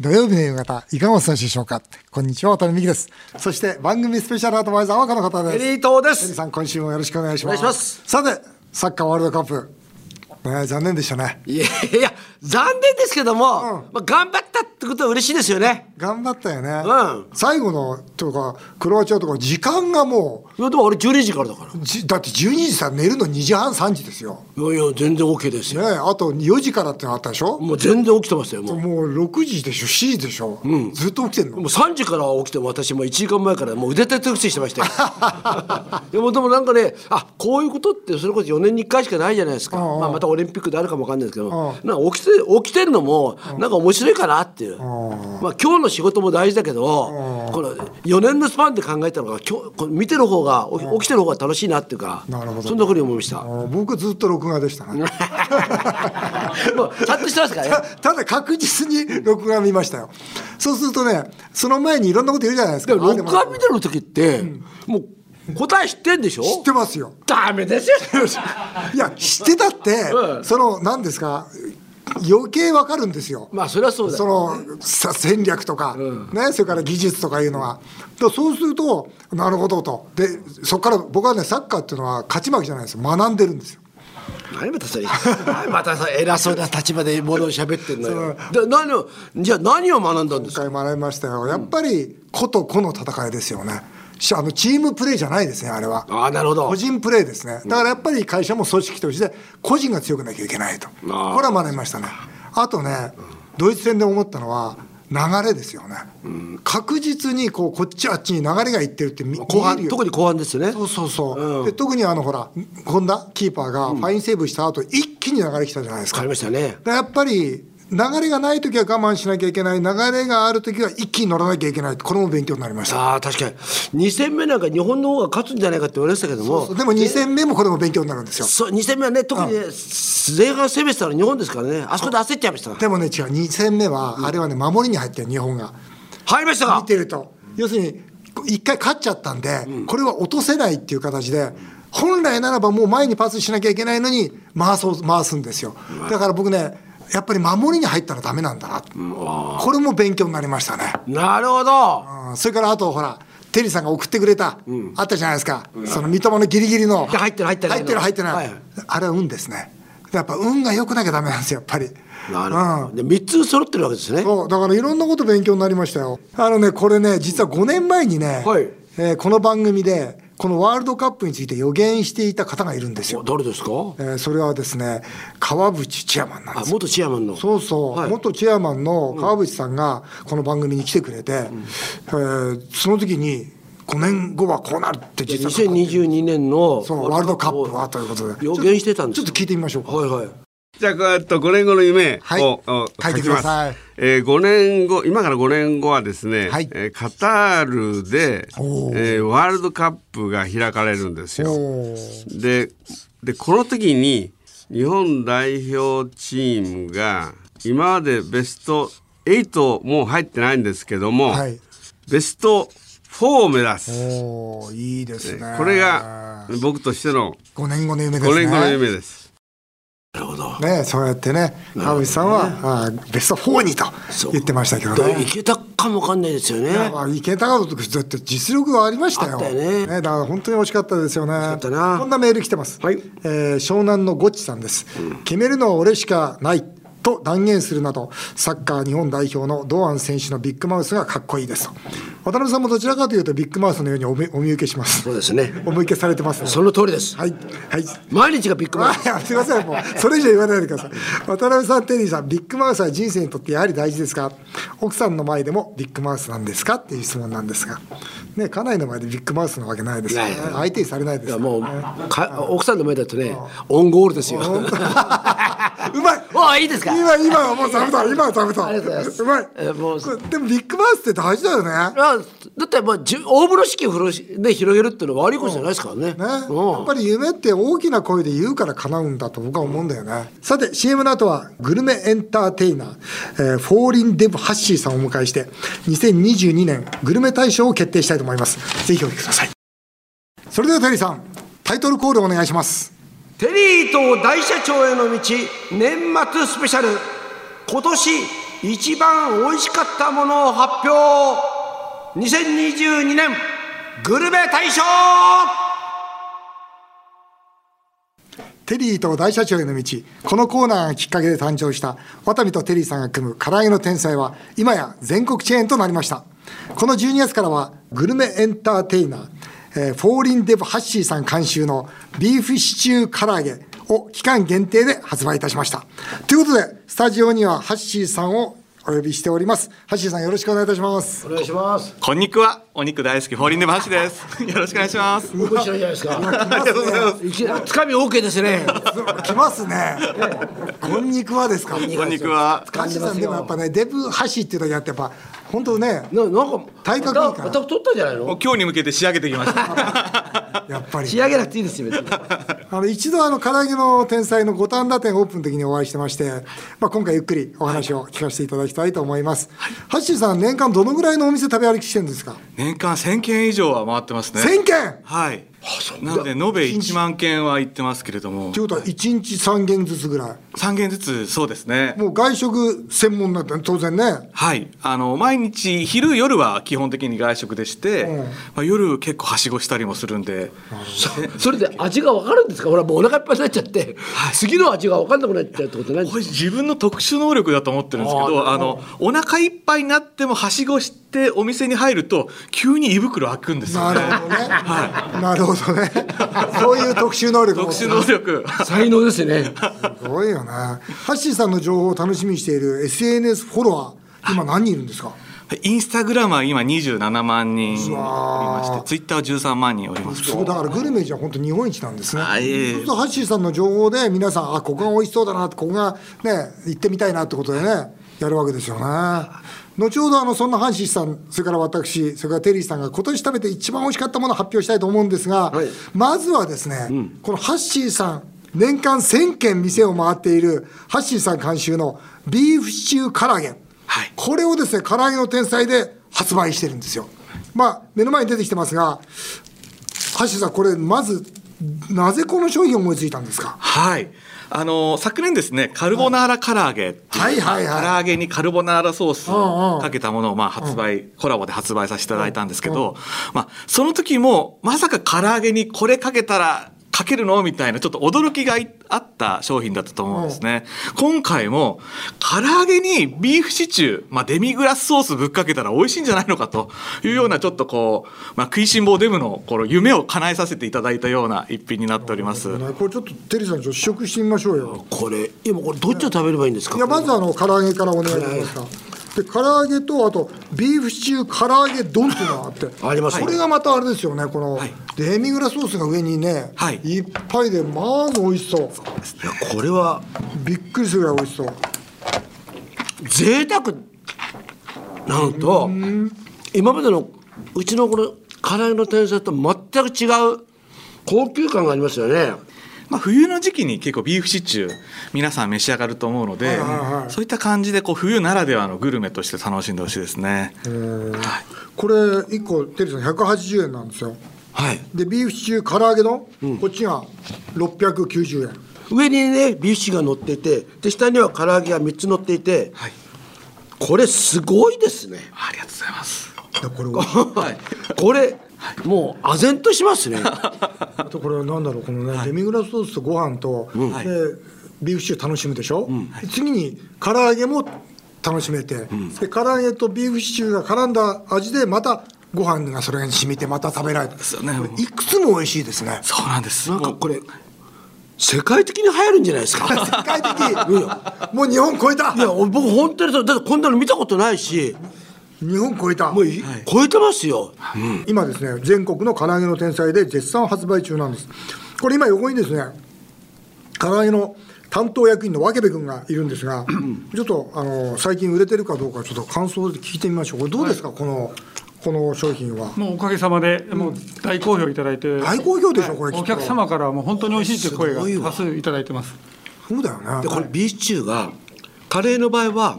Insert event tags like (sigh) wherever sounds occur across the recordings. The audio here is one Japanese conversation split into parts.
土曜日の夕方、いかがお過ごしでしょうかこんにちは、渡辺美希です。そして、番組スペシャルアドバイザーはこの方です。エリートでエリす。さん、今週もよろしくお願いします。お願いしますさて、サッカーワールドカップ、ね、残念でしたね。いやいや残念ですけども、うんまあ、頑張ったってことは嬉しいですよね。頑張ったよね。うん最後の、とか、クロアチアとか、時間がもいやでもあれ12時からだから。う、じだって12時さ、寝るの2時半、3時ですよ。いやいや全然 OK ですね、よ。あと4時からってのあったでしょもう全然起きてましたよもう。もう6時でしょ、7時でしょ。ずっと起きてんのもう3時から起きて私も1時間前からもう腕立て伏せしてましたよ (laughs) でもでもなんかねあこういうことってそれこそ4年に1回しかないじゃないですか、うんうんまあ、またオリンピックであるかもわかんないですけどうなんか起きて起きてるのもなんか面白いかなっていう、まあ、今日の仕事も大事だけどこの4年のスパンで考えたのが今日これ見てる方が起き起きてる方が楽しいなっていうかなるほどそんなふうに思いましたあー僕ずっと録画でしたね。もうちゃんとしてますからねたただ確実に録画見ましたよそうするとねその前にいろんなこと言うじゃないですかでもあで録も画見てる時って、もう答え知ってんでしょ知ってますよダメです (laughs) よいや知ってたって、うんその何ですか余計わかるんですよ、まあそれはそうだそよのさ戦略とか、ね、それから技術とかいうのはだそうするとなるほどとでそこから僕はねサッカーっていうのは勝ち負けじゃないですよ学んでるんですよ何またそれ何 (laughs) またそれ偉そうな立場でものを喋ってんのよで何をじゃあ何を学んだんですか今回学びましたよやっぱり個と個の戦いですよねしあのチームプレーじゃないですねあれはああなるほど個人プレーですねだからやっぱり会社も組織として個人が強くなきゃいけないとこれあはー学びましたねあとねドイツ戦で思ったのは流れですよね、確実にこうこっちあっちに流れがいってるって見後見え半るよ特に後半ですよねそうそうそう、うんで特にあのほら本田キーパーがファインセーブした後、一気に流れきたじゃないです変わかりましたねでやっぱり流れがない時は我慢しなきゃいけない流れがある時は一気に乗らなきゃいけないこれも勉強になりましたああ確かに2戦目なんか日本の方が勝つんじゃないかって言われてたけどもそうでも2戦目もこれも勉強になるんですよそう2戦目はね特にね前半攻めてたの日本ですからねあそこで焦っちゃいましたでもね違う2戦目はあれはね守りに入ってる日本が入りました見かてると要するに1回勝っちゃったんでこれは落とせないっていう形で本来ならばもう前にパスしなきゃいけないのに回そう回すんですよだから僕ねやっぱり守りに入ったらダメなんだなこれも勉強になりましたねなるほどうんそれからあとほらテリーさんが送ってくれたあったじゃないですかその三笘のギリギリので入ってる入ってる入ってる入ってなはいいはいあれは運ですねやっぱ運が良くなきゃダメなんですよやっぱりうなんるほどで3つ揃ってるわけですねそうだからいろんなこと勉強になりましたよあのねこれね実は5年前にね、はいえーこの番組でこのワールドカップについて予言していた方がいるんですよ、誰ですかえーそれはですね川淵チェアマンなんであすよ元チェアマンのそうそう、はい元チェアマンの川淵さんがこの番組に来てくれて、えーその時に5年後はこうなるって実は語って2022年のそうワールドカップはということで予言してたんですちょっと聞いてみましょうかはいはいじゃあ、こうやっと5年後の夢を、はいお書いてください書きますえー、5年後、今から5年後はですね、はいえーカタールで、おーえーワールドカップが開かれるんですよ。おーで、で、この時に、日本代表チームが、今までベスト8もう入ってないんですけども、はいベスト4を目指す。おーいいですねこれが僕としての5年後の夢ですね5年後の夢です。なるほどねそうやってね川淵さんは、あーベスト4にとそう言ってましたけどでいね。けたかもわかんないですよねいやまあ池田監督だって実力がありましたよあったよねだから本当に惜しかったですよねかったなこんなメール来てます、はいえー湘南のゴッチさんです、決めるのは俺しかないと断言するなどサッカー日本代表の堂安選手のビッグマウスがかっこいいですと渡辺さんもどちらかというとビッグマウスのようにお見お見受けしますそうですねお見受けされてますねその通りですはいはい毎日がビッグマンあいや (laughs) すいませんもうそれ以上言わないでください渡辺さんテリーさんビッグマウスは人生にとってやはり大事ですか奥さんの前でもビッグマウスなんですかっていう質問なんですがね家内の前でビッグマウスなわけないですよねいやいや相手にされないでいすやからもうか奥さんの前だとねオンゴールですよ (laughs) うまいおいいですか今今はもう食べた今は食べたありがとうございますうまいえもうこれでもビッグマウスって大事だよねあだってまあじゅ大風呂敷を風呂しで広げるっていうのは悪いことじゃないですからね、ねうんやっぱり夢って大きな声で言うから叶うんだと僕は思うんだよね、さて CM の後はグルメエンターテイナー、えーフォーリンデブハッシーさんをお迎えして2022年グルメ大賞を決定したいと思いますぜひお聞きくださいそれではテリーさんタイトルコールお願いしますテリーと大社長への道年末スペシャル今年一番美味しかったものを発表2022年グルメ大賞テリーと大社長への道このコーナーがきっかけで誕生したワタミとテリーさんが組む唐揚げの天才は今や全国チェーンとなりましたこの12月からはグルメエンターテイナー、えーフォーリンデブハッシーさん監修のビーフシチュー唐揚げを期間限定で発売いたしましたということでスタジオにはハッシーさんをお呼びしておりますハッシーさんよろしくお願いいたしますお願いしますこんにちは。お肉大好き、フォーリンデブハシです。 (laughs) よろしくお願いしま (laughs) す。面白いじゃないですかありがとうございます。いきなりつかみ OK ですね来ますねこんにちはですかこんにちは。ハッシーさんでもやっぱねデブハッシーっていうだけあってやっぱ本当ねななんか体格いいからまたまた太ったんじゃないもうの今日に向けて仕上げてきました。やっぱり仕上げなくていいですよ別にあの一度あの唐揚げの天才の五反田店オープンの時にお会いしてまして、まあ、今回ゆっくりお話を聞かせていただきたいと思います、ハッシーさん年間どのぐらいのお店食べ歩きしてるんですか、 (laughs) 年間1000件以上は回ってますね。 1000件はい。なので延べ1万件は行ってますけれどもということは1日3軒ずつぐら3件ずつそうですねいもう外食専門なんて当然ねはいあの毎日昼夜は基本的に外食でして、うんまあ、夜結構はしごしたりもするんで (laughs) それで味が分かるんですかほらもうお腹いっぱいになっちゃって次の味が分かんなくなっちゃうってことないんですこかれ自分の特殊能力だと思ってるんですけどあのお腹いっぱいになってもはしごしてお店に入ると急に胃袋開くんですよなるねほどね、なるほどねそういう特殊能力も特殊能力才能ですねすごいよねハッシーさんの情報を楽しみにしている SNS フォロワー今何人いるんですか (laughs) インスタグラムは今27万人おりわまーしてツイッターは13万人おりますそうだからグルメじゃ本当日本一なんですね。はそいうするとハッシーさんの情報で皆さんあここが美味しそうだなここがね行ってみたいなってことでねやるわけですよね。後ほどあのそんなハッシーさんそれから私それからテリーさんが今年食べて一番美味しかったものを発表したいと思うんですが、はいまずはですね、このハッシーさん年間1000軒店を回っているハッシーさん監修のビーフシチュー唐揚げ、はいこれをですね唐揚げの天才で発売してるんですよ。まあ目の前に出てきてますが橋さん、これ、まず、なぜこの商品を思いついたんですか。はい。あの昨年ですねカルボナーラ唐揚げっていう、はいはいはい唐揚げにカルボナーラソースうんうんをかけたものをまあ発売、コラボで発売させていただいたんですけど、まあその時もまさか唐揚げにこれかけたらかけるのみたいなちょっと驚きがいあった商品だったと思うんですね。今回も唐揚げにビーフシチュー、まあ、デミグラスソースぶっかけたら美味しいんじゃないのかというようなちょっとこう、まあ、食いしん坊デブのこの夢を叶えさせていただいたような一品になっております。これちょっとテリーさんちょっと試食してみましょうよ。これ今これどっちを食べればいいんですかいやまずあの唐揚げからお願いしますか。で唐揚げとあとビーフシチュー唐揚げ丼っていうのがあってありますねこれがまたあれですよねこのはいデミグラスソースが上にね、はいいっぱいでまず美味しそういやこれはびっくりするぐらい美味しそう贅沢なんと今までのうちのこの唐揚げの天才と全く違う高級感がありますよねまあ、冬の時期に結構ビーフシチュー皆さん召し上がると思うので、いはいはいそういった感じでこう冬ならではのグルメとして楽しんでほしいですね。これ1個テリーさん180円なんですよはいでビーフシチュー唐揚げ丼、こっちが690円上にねビーフシチューが乗っていてで下には唐揚げが3つ乗っていてはい、これすごいですねありがとうございます。で (laughs) これ美味しいはい、 (laughs) これもう唖然とします (laughs) ねあとこれはなんだろうこのね、デミグラスソースとご飯と、はいでビーフシチュー楽しむでしょ、で次に唐揚げも楽しめて、で唐揚げとビーフシチューが絡んだ味でまたご飯がそれに染みてまた食べられるすよねこれいくつも美味しいですねそうなんです。なんかもうこれ世界的に流行るんじ (laughs) ゃないです (laughs) か世界的もう日本超えたいや俺僕本当にそうだってこんなの見たことないし日本超えたもうい、はい超えてますよ、今ですね全国の唐揚げの天才で絶賛発売中なんですこれ今横にですね唐揚げの担当役員の渡部君がいるんですがちょっとあの最近売れてるかどうかちょっと感想で聞いてみましょうこれどうですか、このこの商品はもうおかげさまで、もう大好評いただいて、大好評でしょはいこれきっとお客様からはもう本当に美味しいという声すごいわが多数いただいてます。そうだよねでこれビーフシチューがカレーの場合は、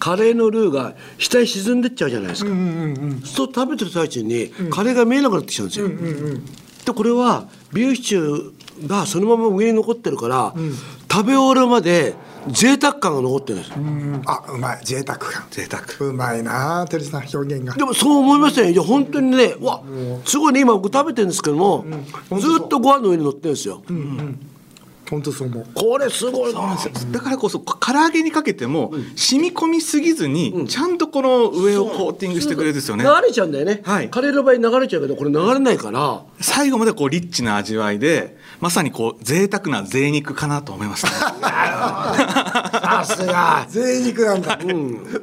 カレーのルーが下に沈んでっちゃうじゃないですか、そう食べてる最中にカレーが見えなくなってきちゃうんですよ、でこれはビーフシチューがそのまま上に残ってるから、食べ終わるまで贅沢感が残ってるんですうんあうまい贅沢感贅沢うまいな照井さん表現がでもそう思いましたねいや本当にねうわすごいね今僕食べてるんですけども、ずっとご飯の上に乗ってるんですよ、本当そう思うこれすごいそうななんですよだからこそ唐揚げにかけても染み込みすぎずにちゃんとこの上をコーティングしてくれるんですよね流れちゃうんだよね、はいカレーの場合流れちゃうけどこれ流れないから最後までこうリッチな味わいでまさにこう贅沢な贅肉かなと思いますねさすが (laughs) 贅肉なんだ、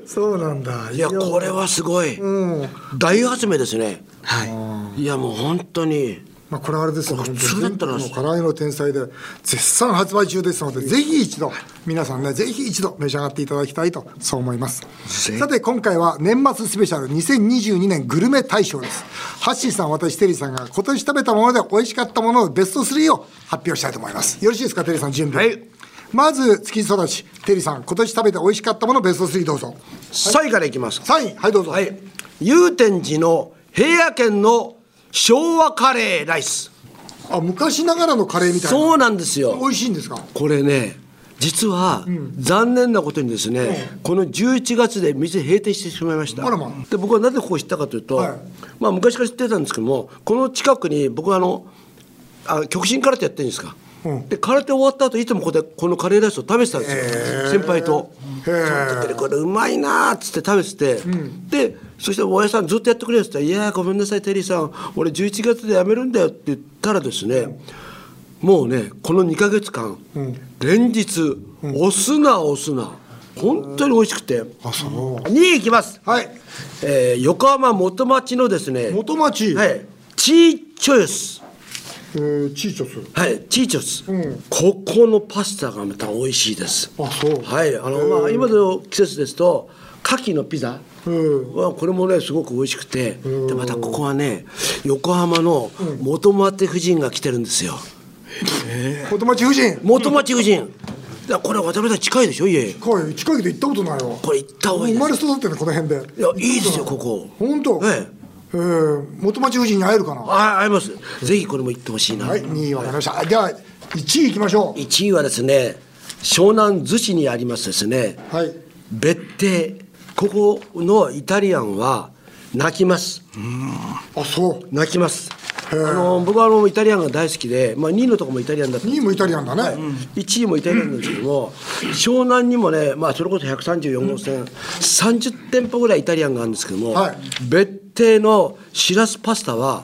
そうなんだいやこれはすごい、うん大発明ですねはいいやもう本当にまあ、これはあれですよ、本当に普通だっ全たら国の唐揚げの天才で絶賛発売中ですので、ぜひ一度、皆さんね、ぜひ一度召し上がっていただきたいと、そう思います。さて、今回は年末スペシャル2022年グルメ大賞です。ハッシーさん、私、テリーさんが今年食べたもので美味しかったもののベスト3を発表したいと思います。よろしいですか、テリーさん、準備。はいまず、月育ち、テリーさん、今年食べて美味しかったものベスト3どうぞ。 3位からいきます3位、はい、どうぞ。はい祐天寺の平野県の昭和カレーライスあ、昔ながらのカレーみたいな。そうなんですよ美味しいんですかこれね実は、残念なことにですね、この11月で店閉店してしまいました、あらまで僕はなぜここを知ったかというと、はいまあ、昔から知ってたんですけどもこの近くに僕はあのあ極真空手やってるんですか、うんで空手終わった後いつもここでこのカレーライスを食べてたんですよ、先輩と。へえでこれうまいなーっつって食べてて、でそして大家さんずっとやってくれよって言ったら「いやーごめんなさいテリーさん俺11月で辞めるんだよ」って言ったらですねもうねこの2ヶ月間、連日押すな押すな本当に美味しくてあ、そう。 2位いきます、はい。えー横浜元町のですね元町。はいチーチョイスえー、チーチョス。はいチーチョイス、うんここのパスタがまた美味しいですあ、そう。はい、あの、まあ、今の季節ですと、牡蠣のピザ。うんはこれもねすごく美味しくてでまたここはね横浜の元町夫人が来てるんですよ元町夫人。元町夫人だからこれ渡辺さん近いでしょ家こい、近くで行ったことないわ。これ行った方がいい生でますれ育ってね、この辺で。いやいいですよここ本当。えええー元町夫人に会えるかな。はあ会いますぜひこれも行ってほしいな、い、二位わかりました。では、一位行きましょう。 1位はですね湘南逗子にありますですね、はい。別邸ここのイタリアンは泣きますあ、そう。泣きますあの僕はあのイタリアンが大好きで、まあ、2位のとこもイタリアンだった二位もイタリアンだね。 1位もイタリアンなんですけども湘南にもね、まあ、それこそ134号線30店舗ぐらいイタリアンがあるんですけども、はい別邸のしらすパスタは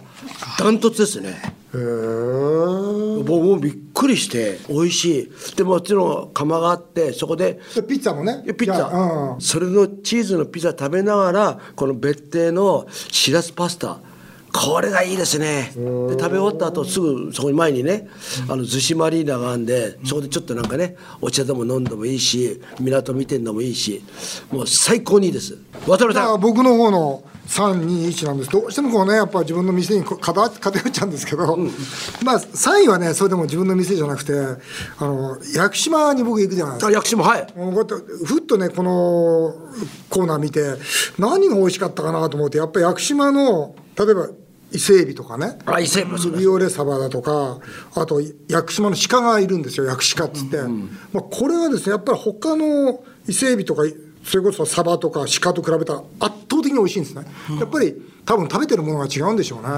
ダントツですねへー僕もうびっくりして美味しいでもちろん釜があってそこでで、ピッツァもね。ピッいツやァ、うん。それのチーズのピザ食べながらこの別邸のしらすパスタこれがいいですねで食べ終わった後すぐそこに前にねあの逗子マリーナがあるんでそこでちょっとなんかねお茶でも飲んでもいいし港見てんのもいいしもう最高にいいです渡辺じゃさあん僕の方の321なんですどうしてもこうねやっぱ自分の店にこう偏っ偏っちゃうんですけど、まあ3位はねそれでも自分の店じゃなくてあの屋久島に僕行くじゃないですかあ薬師もはいもうこうやってふっとねこのコーナー見て何が美味しかったかなと思ってやっぱり屋久島の例えば伊勢エビとかねあ伊勢もそれビオレサバだとかあと屋久島の鹿がいるんですよ屋久鹿っつって、まあ、これはですねやっぱり他の伊勢エビとかそれこそサバとか鹿と比べたら圧倒的に美味しいんですね、やっぱり多分食べてるものが違うんでしょうね、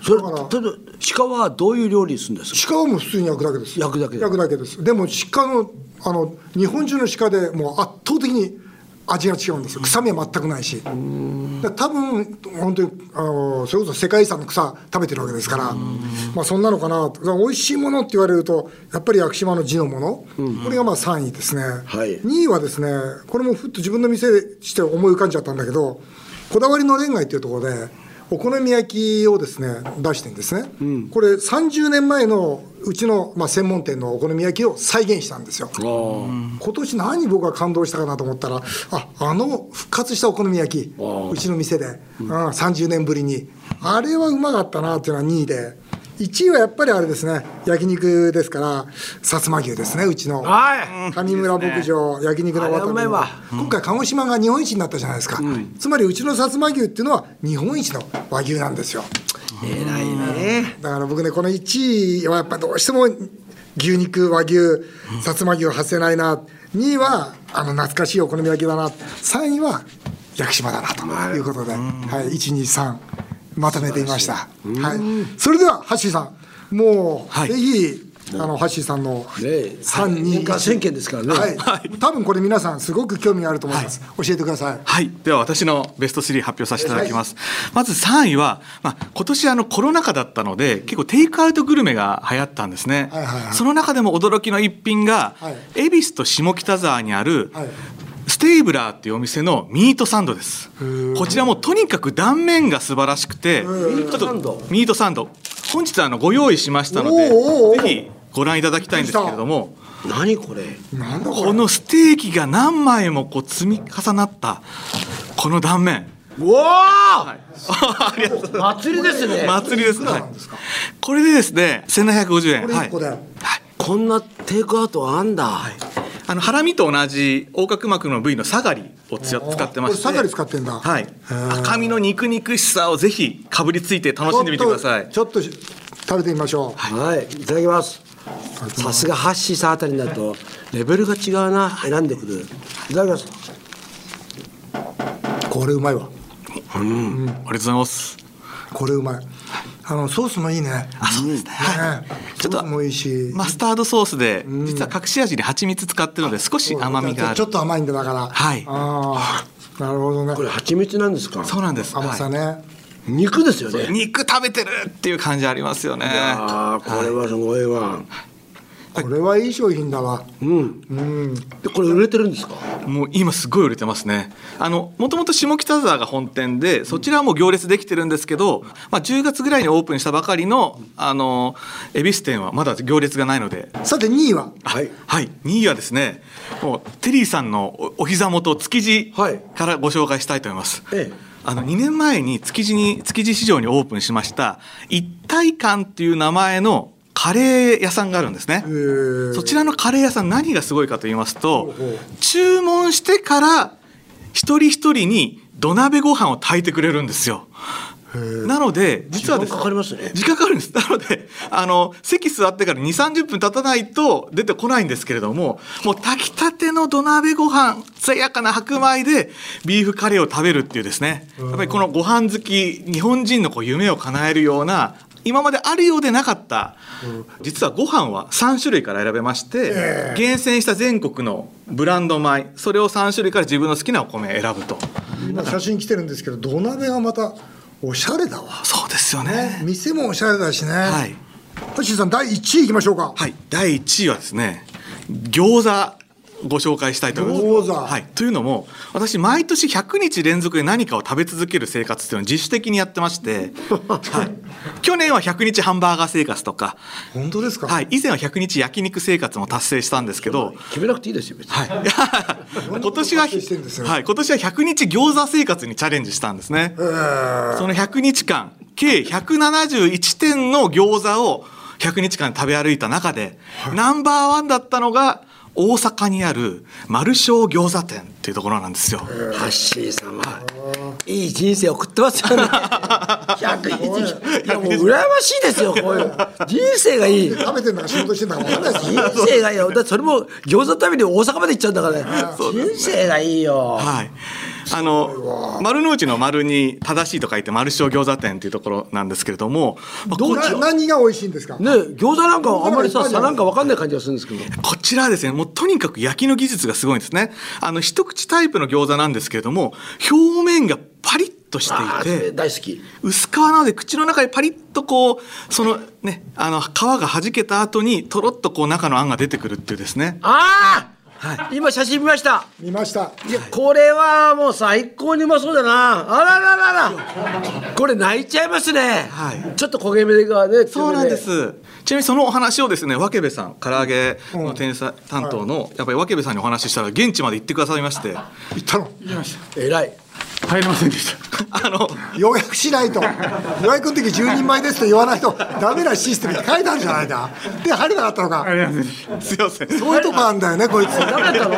それだから例えば鹿はどういう料理するんですか鹿はもう普通に焼くだけです焼くだけで焼くだけですでも鹿のあの日本中の鹿でもう圧倒的に味が違うんですよ臭みは全くないしだから多分本当にあのそれこそ世界遺産の草食べてるわけですからまあそんなのかなとだから美味しいものって言われるとやっぱり屋久島の地のものこれがまあ3位ですね、い2位はですねこれもふっと自分の店でして思い浮かんじゃったんだけどこだわりの恋愛っていうところでお好み焼きをですね出してるんですね、これ30年前のうちの、まあ、専門店のお好み焼きを再現したんですよ今年何僕が感動したかなと思ったらああの復活したお好み焼きうちの店で、うん、30年ぶりにあれはうまかったなっていうのは2位で1位はやっぱりあれですね焼肉ですから薩摩牛ですねうちのはい上村牧場焼肉のあれう渡ま辺いわ今回鹿児島が日本一になったじゃないですか、つまりうちの薩摩牛っていうのは日本一の和牛なんですよ偉いねだから僕ねこの1位はやっぱどうしても牛肉和牛薩摩牛は外せないな2位はあの懐かしいお好み焼きだな3位は屋久島だなということで、はい、123まとめてみましたはい、それではハッシーさんもう、はいぜひあのハッシーさんのえ3人年間1000件ですからねはい多分これ皆さんすごく興味があると思います、教えてくださいはい。では私のベスト3発表させていただきます。まず3位は、まあ、今年あのコロナ禍だったので、結構テイクアウトグルメが流行ったんですね。はいはいはいその中でも驚きの一品が、はい恵比寿と下北沢にある、はいステイブラーっていうお店のミートサンドです。こちらもとにかく断面が素晴らしくて、ミートサンドミートサンド。本日あのご用意しましたので、おーおーおーぜひご覧いただきたいんですけれども、何これなんだこれこのステーキが何枚もこう積み重なったこの断面うわはい (laughs) ありがとうございま祭りですすね祭りですいくらはいなんですかこれでですね1750円これは1い個で、こんなテイクアウトあんだ、あのハラミと同じ横隔膜の部位のサガリをつや使ってましてこれサガリ使ってんだはい赤身の肉肉しさをぜひかぶりついて楽しんでみてくださいちょっとちょっと食べてみましょう、はい、いただきます。さすがハッシーさんあたりになると、レベルが違うな、選んでくる。いただきます。これうまいわありがとうございますこれうまいあのソースもいいねあそうですねはいねちょっとソースもいいし、マスタードソースで実は隠し味に蜂蜜使ってるので少し甘みがあちょるっと甘いんだだからはいああなるほどねこれ蜂蜜なんですか。そうなんです甘さね、肉ですよね。肉食べてるっていう感じありますよねああ、これはすごいわ。これはいい商品だわうん、うんで、これ売れてるんですか。もう今すごい売れてますねあのもともと下北沢が本店でそちらはもう行列できてるんですけど、まあ、10月ぐらいにオープンしたばかりのあの恵比寿店はまだ行列がないのでさて2位ははい。はい2位はですねもうテリーさんのおお膝元築地はいからご紹介したいと思います、ええあの2年前に築地に築地市場にオープンしました一体感っていう名前のカレー屋さんがあるんですね、ーそちらのカレー屋さん何がすごいかと言いますと注文してから一人一人に土鍋ご飯を炊いてくれるんですよなので実はです時間かかりますね時間かかるんですなのであの席座ってから2 3 0分経たないと出てこないんですけれどももう炊きたての土鍋ご飯艶やかな白米でビーフカレーを食べるっていうですねやっぱりこのご飯好き日本人のこう夢を叶えるような今まであるようでなかった、実はご飯は3種類から選べまして、厳選した全国のブランド米それを3種類から自分の好きなお米選ぶと今写真来てるんですけど土鍋がまたおしゃれだわそうですよね店もおしゃれだしねはい星さん第1位いきましょうかはい、第1位はですね餃子ご紹介したいと思います餃子はい、というのも私毎年100日連続で何かを食べ続ける生活っていうのを自主的にやって (laughs) まして、はい、去年は100日ハンバーガー生活とか、本当ですか、はい、以前は100日焼肉生活も達成したんですけど、決めなくていいですよ。別に。はい、今年は、達成してんですよはい、今年は100日餃子生活にチャレンジしたんですね。その100日間、計171点の餃子を100日間食べ歩いた中で、ナンバーワンだったのが、大阪にある丸小餃子店っていうところなんですよ。ハッシーさんは。いい人生送ってます (laughs) よね。百一。いや、もう羨ましいですよ。こういう。人生がいい。食べてんだか仕事してんだか分かんないです人生がいいよ。だってそれも餃子食べに大阪まで行っちゃうんだからね。人生がいいよ。はい。あの、丸の内の丸に正しいと書いて丸小餃子店っていうところなんですけれども、まあどうな何が美味しいんですかね、餃子なんかあんまり餃さ、子がいっぱいあるじゃさんなんかわかんない感じがするんですけど。こちらはですね、もうとにかく焼きの技術がすごいんですね。あの、一口タイプの餃子なんですけれども、表面がパリッとしああ、そてれいて、大好き。薄皮なので口の中でパリッとこう、そのね、あの、皮が弾けた後に、とろっとこう中のあんが出てくるっていうですね。ああ、今写真見ました。見ましたいや、これはもう最高にうまそうだな。あらららら。これ泣いちゃいますね。はいちょっと焦げ目がね。そうなん強です。ちなみにそのお話をですね、わけべさん、唐揚げの店員さん担当の、やっぱりわけべさんにお話ししたら、現地まで行ってくださいまして、行ったのめで。偉い。入れませんでした。あの、予約しないと予約の時10人前ですと言わないとダメなシステムって書いてあるじゃないかで入れなかったのあかりがとうございます。すいません。そういうとこあんだよねこいつダメだった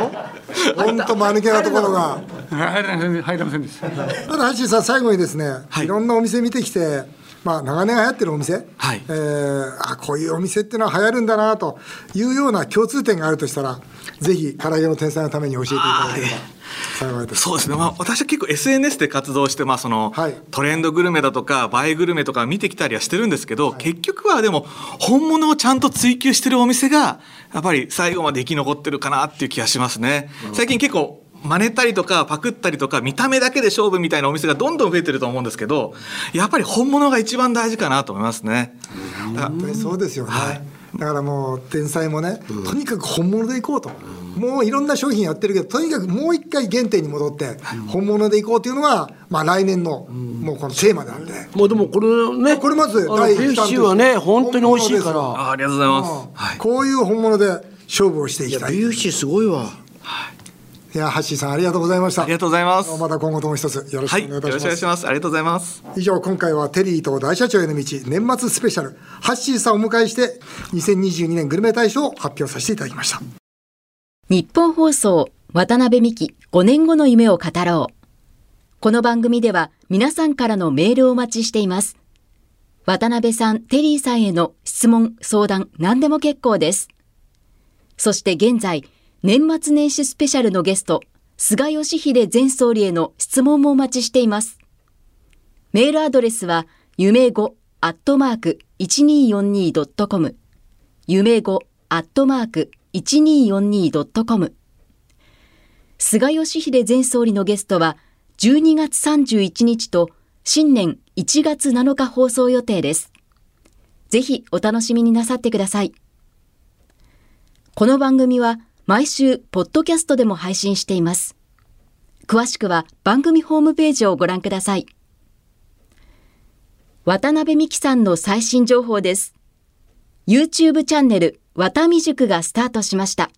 の？ほんと間抜けなところが入れません入れませんでした。ただ橋井さん最後にですね、い、ろんなお店見てきて、ままあ、長年流行ってるお店、はいえーあこういうお店っていうのは流行るんだなというような共通点があるとしたらぜひ唐揚げの天才のために教えていただければ幸いです。そうですね、まあ、私は結構 SNS で活動して、まあそのはいトレンドグルメだとか映えグルメとか見てきたりはしてるんですけど、結局はでも本物をちゃんと追求してるお店がやっぱり最後まで生き残ってるかなっていう気がしますね。最近結構真似たりとかパクったりとか見た目だけで勝負みたいなお店がどんどん増えてると思うんですけどやっぱり本物が一番大事かなと思いますね。だから本当にそうですよね、だからもう天才もね、とにかく本物でいこうと、もういろんな商品やってるけどとにかくもう一回原点に戻って本物でいこうというのが、まあ、来年のもうこのテーマなんで、もうでもこれねこれまずあの第一ビーフシチューは弾ねとして本当に美味しいからあありがとうございます。はい、こういう本物で勝負をしていいきやたいビーフシチューすごいわいやハッシーさんありがとうございましたありがとうございます。また今後とも一つよろしはくい、およ願いろいしくたします、お願いします。ありがとうございます。以上今回はテリーと大社長への道年末スペシャルハッシーさんをお迎えして2022年グルメ大賞を発表させていただきました日本放送渡辺美希5年後の夢を語ろう。この番組では皆さんからのメールをお待ちしています。渡辺さん、テリーさんへの質問、相談、何でも結構です。そして現在、年末年始スペシャルのゲスト、菅義偉前総理への質問もお待ちしています。メールアドレスは、夢語アットマーク 1242.com 夢語アットマーク 1242.com 菅義偉前総理のゲストは12月31日と新年1月7日放送予定です。ぜひお楽しみになさってください。この番組は毎週ポッドキャストでも配信しています。詳しくは番組ホームページをご覧ください。渡辺美希さんの最新情報です。YouTube チャンネル、わたみ塾がスタートしました。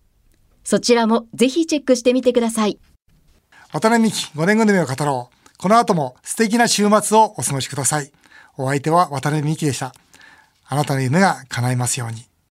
そちらもぜひチェックしてみてください。渡辺美希5年組を語ろう。この後も素敵な週末をお過ごしください。お相手は渡辺美希でした。あなたの夢が叶いますように。